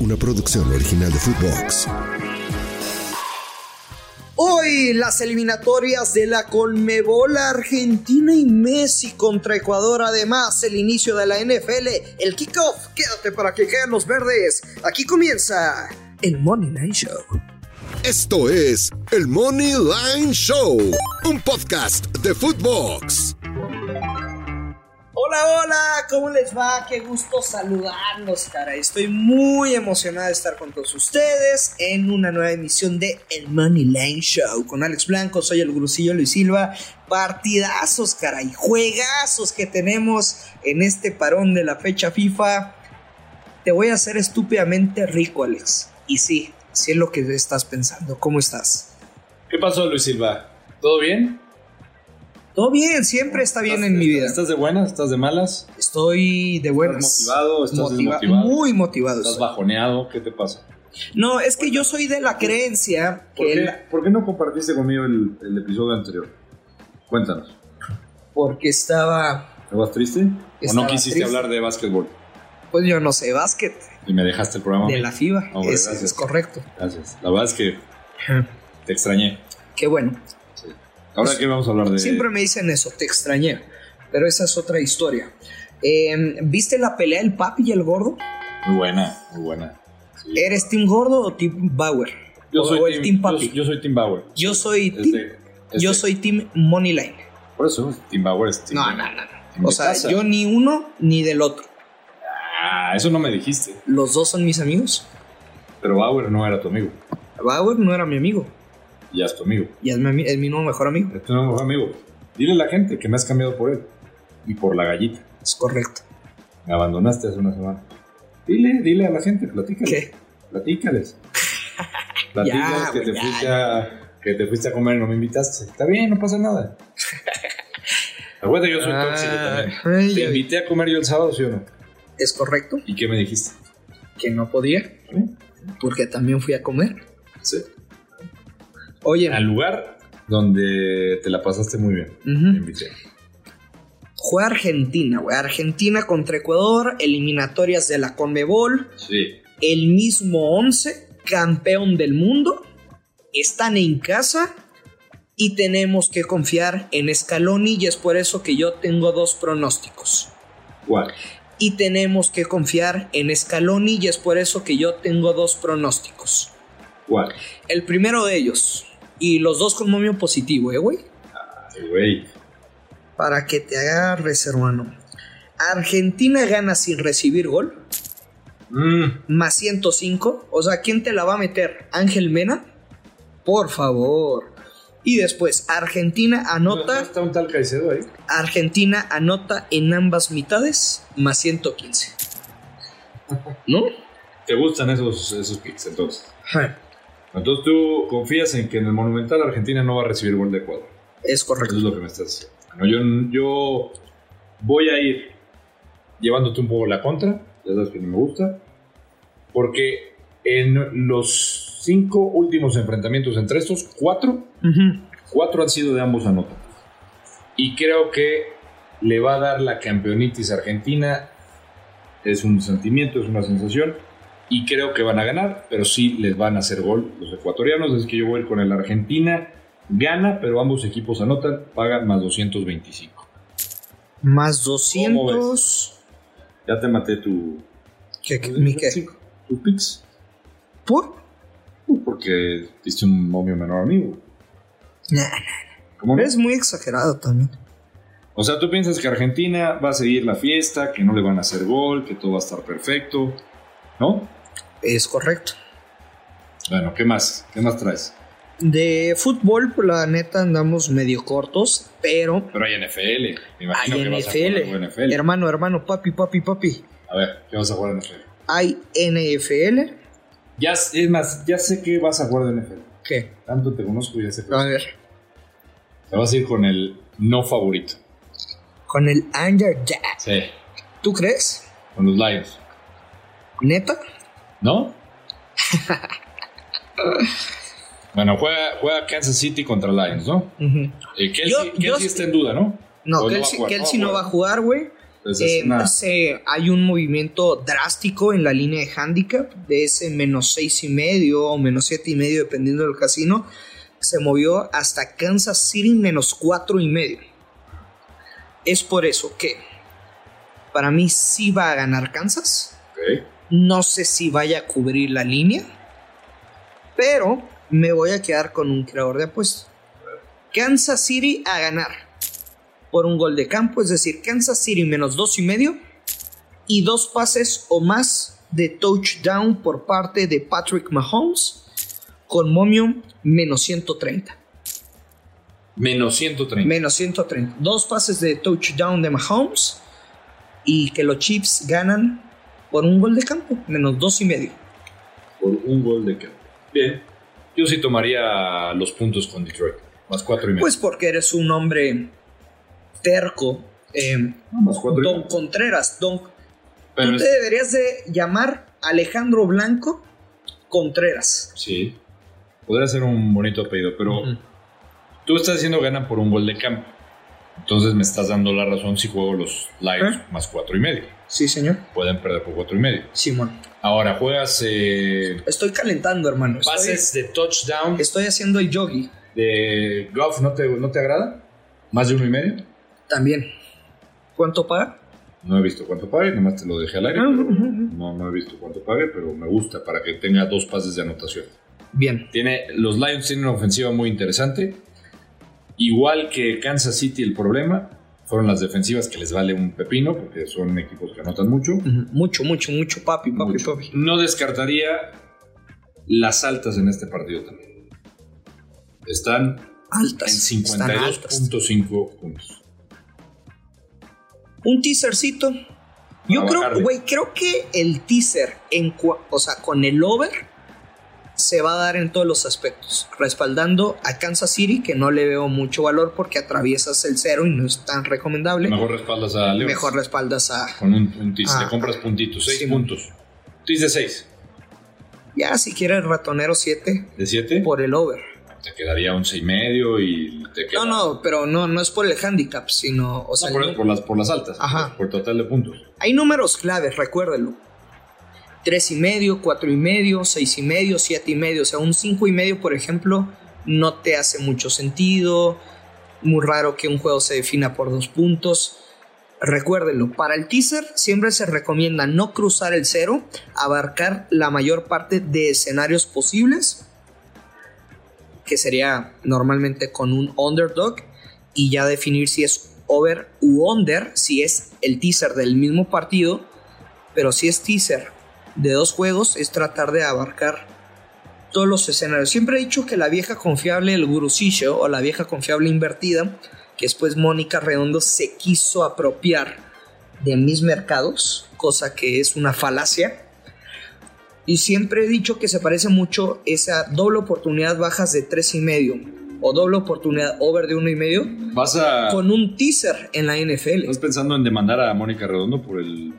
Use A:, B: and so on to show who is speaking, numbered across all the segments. A: una producción original de Footbox.
B: Hoy las eliminatorias de la Conmebol Argentina y Messi contra Ecuador. Además, el inicio de la NFL, el kickoff. Quédate para que caigan los verdes. Aquí comienza el Money Night Show.
A: Esto es el Money Line Show, un podcast de Footbox.
B: Hola, hola, ¿cómo les va? Qué gusto saludarlos, cara. Estoy muy emocionada de estar con todos ustedes en una nueva emisión de El Money Line Show con Alex Blanco, soy el Grucillo Luis Silva. Partidazos, cara, y juegazos que tenemos en este parón de la fecha FIFA. Te voy a hacer estúpidamente rico, Alex. Y sí, si es lo que estás pensando. ¿Cómo estás?
C: ¿Qué pasó, Luis Silva? ¿Todo bien?
B: Todo bien, siempre está bien en mi vida.
C: ¿Estás de buenas? ¿Estás de malas?
B: Estoy de buenas.
C: ¿Estás motivado? ¿Estás
B: Motiva-
C: desmotivado?
B: Muy motivado.
C: ¿Estás
B: estoy.
C: bajoneado? ¿Qué te pasa?
B: No, es que yo soy de la creencia
C: ¿Por
B: que
C: qué,
B: la-
C: por qué no compartiste conmigo el, el episodio anterior? Cuéntanos.
B: porque estaba,
C: ¿Estabas triste? ¿O
B: Estaba
C: no quisiste
B: triste.
C: hablar de básquetbol?
B: pues yo no sé, básquet
C: Y me dejaste el programa.
B: de la FIBA.
C: Ah, bueno,
B: Eso
C: gracias.
B: es correcto.
C: Gracias. La verdad es que te extrañé.
B: Qué bueno.
C: Ahora
B: Pues,
C: que vamos a hablar de...
B: Siempre me dicen eso, te extrañé. Pero esa es otra historia. Eh, ¿Viste la pelea del papi y el gordo?
C: Muy buena, muy buena. Sí.
B: ¿Eres Team Gordo o Team Bauer?
C: Yo
B: o,
C: soy,
B: o el Team
C: team,
B: Papi.
C: yo, yo soy Este, Team Bauer.
B: Yo soy
C: Es
B: Team-
C: de- es
B: yo
C: de-
B: soy Team Moneyline.
C: Por eso, Team Bauer es Team...
B: No, no, no. no.
C: Team
B: O
C: de
B: sea,
C: casa.
B: yo ni uno ni del otro.
C: Ah, eso no me dijiste.
B: Los dos son mis amigos.
C: Pero Bauer no era tu amigo.
B: Bauer no era mi amigo.
C: Ya es tu amigo. Este
B: Y es mi, ami- es mi nuevo mejor amigo.
C: Es tu nuevo mejor amigo. Dile a la gente que me has cambiado por él. Y por la gallita.
B: Es correcto.
C: Me abandonaste hace una semana. Dile, dile a la gente, platícales.
B: ¿Qué?
C: Platícales. Platícales
B: Ya,
C: que,
B: güey,
C: te
B: ya.
C: fuiste a, que te fuiste a comer y no me invitaste. Está bien, no pasa nada. Acuérdate, yo soy
B: Ah.
C: tóxico también.
B: Ay,
C: Te
B: ya vi.
C: invité a comer yo el sábado, ¿sí o no?
B: Es correcto
C: ¿Y qué me dijiste? ¿Eh?
B: que no podía porque también fui a comer.
C: Sí.
B: Oye,
C: Al lugar donde te la pasaste muy bien.
B: ujú.
C: Te invité.
B: juega Argentina, güey. Argentina contra Ecuador, eliminatorias de la Conmebol,
C: Sí.
B: el mismo 11, campeón del mundo, están en casa y tenemos que confiar en Scaloni y es por eso que yo tengo dos pronósticos.
C: ¿Cuál?
B: Y tenemos que confiar en Scaloni y es por eso que yo tengo dos pronósticos.
C: ¿Cuál?
B: El primero de ellos. Y los dos con momio positivo, ¿eh, güey?
C: Ay, Güey.
B: Para que te agarres, hermano. Argentina gana sin recibir gol.
C: Mm.
B: Más 105. O sea, ¿quién te la va a meter? ¿Ángel Mena? Por favor. Y después, Argentina
C: ¿No
B: anota.
C: está un tal Caicedo ahí?
B: Argentina anota en ambas mitades. Más 115. ¿No?
C: ¿Te gustan esos, esos picks entonces? Entonces tú confías en que en el Monumental Argentina no va a recibir gol de Ecuador.
B: Es
C: Eso
B: correcto.
C: es lo que me estás diciendo. Bueno, yo, yo voy a ir llevándote un poco la contra, ya sabes que no me gusta, porque en los cinco últimos enfrentamientos entre estos, cuatro,
B: Ujú.
C: cuatro han sido de ambos anotan. Y creo que le va a dar la campeonitis a Argentina. Es un sentimiento, es una sensación. Y creo que van a ganar, pero sí les van a hacer gol los ecuatorianos. Así que yo voy a ir con el Argentina. Gana, pero ambos equipos anotan, pagan más 225.
B: Más 200.
C: Ya te maté tu,
B: ¿Qué, qué, mi qué?
C: Sí, tu picks.
B: ¿Por?
C: Porque diste un momio menor amigo.
B: Nah,
C: ¿Cómo no?
B: Es muy exagerado también.
C: O sea, tú piensas que Argentina va a seguir la fiesta, que no le van a hacer gol, que todo va a estar perfecto, ¿no?
B: Es correcto.
C: Bueno, ¿qué más? ¿Qué más traes?
B: De fútbol, pues, la neta, andamos medio cortos, pero...
C: Pero hay NFL, me imagino
B: Hay
C: que vas a
B: NFL.
C: jugar en NFL.
B: Hermano, hermano, papi, papi, papi.
C: A ver, ¿qué vas a jugar en NFL?
B: Hay NFL.
C: Ya, es más, ya sé que vas a jugar en NFL.
B: ¿Qué?
C: Tanto te conozco y ya sé que
B: A ver.
C: te vas a ir con el no favorito.
B: Con el Underdog.
C: Sí,
B: ¿Tú crees?
C: con los Lions,
B: ¿Neta?
C: ¿no? bueno, juega, juega Kansas City contra Lions, ¿no?
B: Ujú.
C: Eh, Kelsey,
B: Yo- yo
C: Kelsey
B: sí-
C: está en duda, ¿no?
B: No,
C: Pues no va a
B: Kelsey,
C: jugar,
B: Kelsey
C: no
B: no
C: va
B: va
C: a
B: a jugar, güey.
C: Entonces,
B: Eh,
C: es una-
B: se- hay un movimiento drástico en la línea de handicap de ese menos seis y medio o menos siete y medio dependiendo del casino se movió hasta Kansas City menos cuatro y medio es por eso que para mí sí va a ganar Kansas
C: ok.
B: no sé si vaya a cubrir la línea pero me voy a quedar con un creador de apuestas Kansas City a ganar por un gol de campo, es decir, Kansas City menos dos y medio y dos pases o más de touchdown por parte de Patrick Mahomes con Momium menos 130.
C: Menos 130.
B: Menos 130. Dos pases de touchdown de Mahomes y que los Chiefs ganan por un gol de campo, menos dos y medio.
C: por un gol de campo. Bien. Yo sí tomaría los puntos con Detroit. Más cuatro y medio.
B: Pues porque eres un hombre terco. eh,
C: No, más cuatro y
B: Don
C: medio.
B: Contreras, Don
C: Pero
B: Tú te
C: es-
B: deberías de llamar Alejandro Blanco Contreras.
C: sí. Podría ser un bonito apellido, pero tú estás diciendo ganan por un gol de campo. Entonces me estás dando la razón si juego los Lions
B: ¿Eh?
C: más cuatro y medio.
B: Sí, señor.
C: Pueden perder por cuatro y medio.
B: Simón.
C: Ahora juegas eh,
B: Estoy calentando, hermano. Estoy,
C: pases de touchdown
B: estoy haciendo el yogi
C: de Goff. ¿no te, ¿No te agrada? ¿Más de uno y medio?
B: también. ¿Cuánto paga?
C: No he visto cuánto pague, nomás te lo dejé al aire.
B: Ah,
C: pero
B: ujú, ujú.
C: No, no he visto cuánto pague, pero me gusta para que tenga dos pases de anotación.
B: Bien.
C: Tiene, los Lions tienen una ofensiva muy interesante. Igual que Kansas City, el problema fueron las defensivas que les vale un pepino, porque son equipos que anotan mucho.
B: Ujú. Mucho, mucho, mucho, papi, papi,
C: Mucho.
B: papi.
C: No descartaría las altas en este partido también. Están en
B: Altas. están altas.
C: 52.5 puntos.
B: Un teasercito. Yo
C: Para
B: creo,
C: bajarle.
B: güey, creo que el teaser, en cua- o sea, con el over, se va a dar en todos los aspectos. Respaldando a Kansas City, que no le veo mucho valor porque atraviesas el cero y no es tan recomendable.
C: Mejor respaldas a Leones.
B: Mejor respaldas a.
C: Con un, un tis,
B: Ah.
C: le compras puntitos, 6
B: Sí.
C: puntos. Tis de 6,
B: Ya, si quieres, ratonero 7
C: de 7.
B: por el over.
C: Te quedaría 11 y medio y te
B: No,
C: queda...
B: no, pero no, no es por el handicap, sino. O sea,
C: No, por, por las, por las altas,
B: Ajá.
C: por total de puntos.
B: Hay números claves, recuérdenlo. Tres y medio, cuatro y medio, seis y medio, siete y medio. O sea, un cinco y medio, por ejemplo, no te hace mucho sentido. Muy raro que un juego se defina por dos puntos. Recuérdenlo, para el teaser siempre se recomienda no cruzar el cero, abarcar la mayor parte de escenarios posibles, que sería normalmente con un underdog, y ya definir si es over u under, si es el teaser del mismo partido, pero si es teaser de dos juegos, es tratar de abarcar todos los escenarios. Siempre he dicho que la vieja confiable del gurusillo o la vieja confiable invertida, que después Mónica Redondo se quiso apropiar de mis mercados, cosa que es una falacia. Y siempre he dicho que se parece mucho esa doble oportunidad bajas de tres y medio o doble oportunidad over de uno y medio
C: Vas a...
B: con un teaser en la NFL.
C: ¿Estás pensando en demandar a Mónica Redondo por el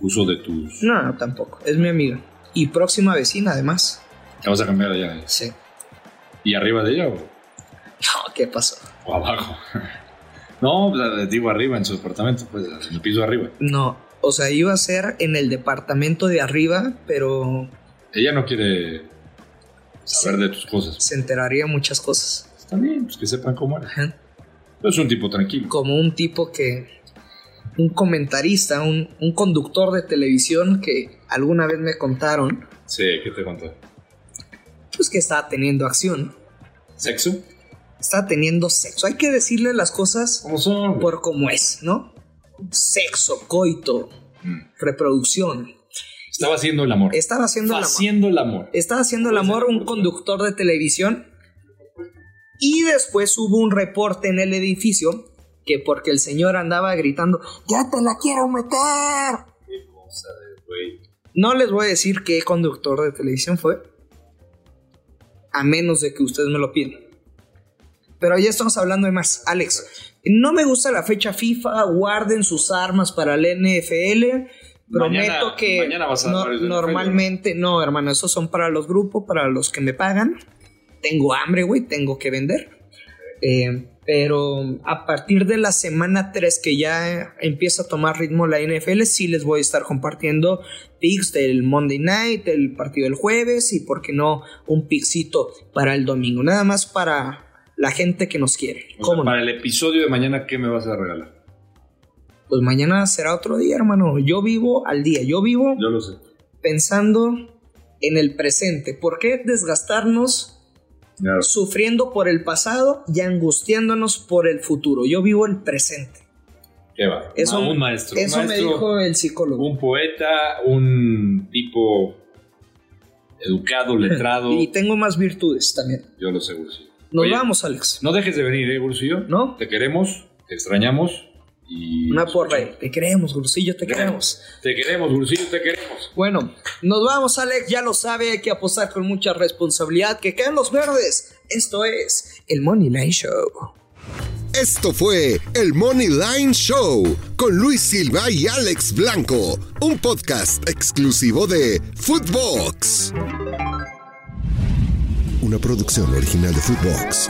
C: uso de tus...
B: No, no, tampoco. Es mi amiga. Y próxima vecina, además.
C: ¿Te vas a cambiar allá?
B: Sí.
C: ¿Y arriba de ella o,
B: No, ¿qué pasó?
C: o abajo? no, la- digo arriba, en su departamento, pues en el piso arriba.
B: No, o sea, iba a ser en el departamento de arriba, pero
C: Ella no quiere
B: se,
C: saber de tus cosas.
B: se enteraría muchas cosas.
C: Está bien, pues que sepan cómo eres.
B: Ajá.
C: Pero es un tipo tranquilo.
B: Como un tipo que... Un comentarista, un, un conductor de televisión que alguna vez me contaron,
C: Sí, ¿qué te conté?
B: pues que estaba teniendo acción,
C: ¿Sexo?
B: estaba teniendo sexo. Hay que decirle las cosas
C: ¿Cómo son?
B: por como es, ¿no? Sexo, coito,
C: Mm.
B: reproducción.
C: Estaba haciendo el amor.
B: Estaba haciendo el amor. Eh.
C: haciendo el amor.
B: Estaba haciendo el amor un conductor de televisión. Y después hubo un reporte en el edificio que porque el señor andaba gritando, ya te la quiero meter.
C: Qué cosa de güey.
B: No les voy a decir qué conductor de televisión fue, a menos de que ustedes me lo pidan. Pero ya estamos hablando de más. Alex, no me gusta la fecha FIFA, guarden sus armas para el NFL. Prometo
C: Mañana-
B: que
C: mañana vas a dar
B: no-
C: varios de NFL,
B: normalmente, no, hermano, esos son para los grupos, para los que me pagan. Tengo hambre, güey, tengo que vender. Eh, pero a partir de la semana 3 que ya empieza a tomar ritmo la NFL, sí les voy a estar compartiendo picks del Monday Night, el partido del jueves y, por qué no, un pickcito para el domingo. Nada más para la gente que nos quiere.
C: O sea, para el episodio de mañana, ¿qué me vas a regalar?
B: Pues mañana será otro día, hermano. Yo vivo al día. Yo vivo
C: Yo lo sé.
B: pensando en el presente. ¿Por qué desgastarnos
C: Ya.
B: sufriendo por el pasado y angustiándonos por el futuro? Yo vivo el presente.
C: ¿Qué va?
B: Eso-
C: Ah, un maestro.
B: Eso
C: un
B: me
C: maestro,
B: dijo el psicólogo.
C: Un poeta, un tipo educado, letrado.
B: Y tengo más virtudes también.
C: Yo lo sé, Gursillo.
B: Nos
C: Oye,
B: vamos, Alex.
C: No dejes de venir, ¿eh, Gursillo?
B: ¿No?
C: Te queremos, te extrañamos. Y
B: Una porra. eh. Te queremos, Gurusillo, te
C: Te
B: queremos.
C: queremos. Te queremos, Gursillo, te queremos.
B: Bueno, nos vamos, Alex. Ya lo sabe, hay que apostar con mucha responsabilidad. Que queden los verdes. Esto es el Money Line Show.
A: Esto fue el Money Line Show con Luis Silva y Alex Blanco, un podcast exclusivo de Footbox. Una producción original de Footbox.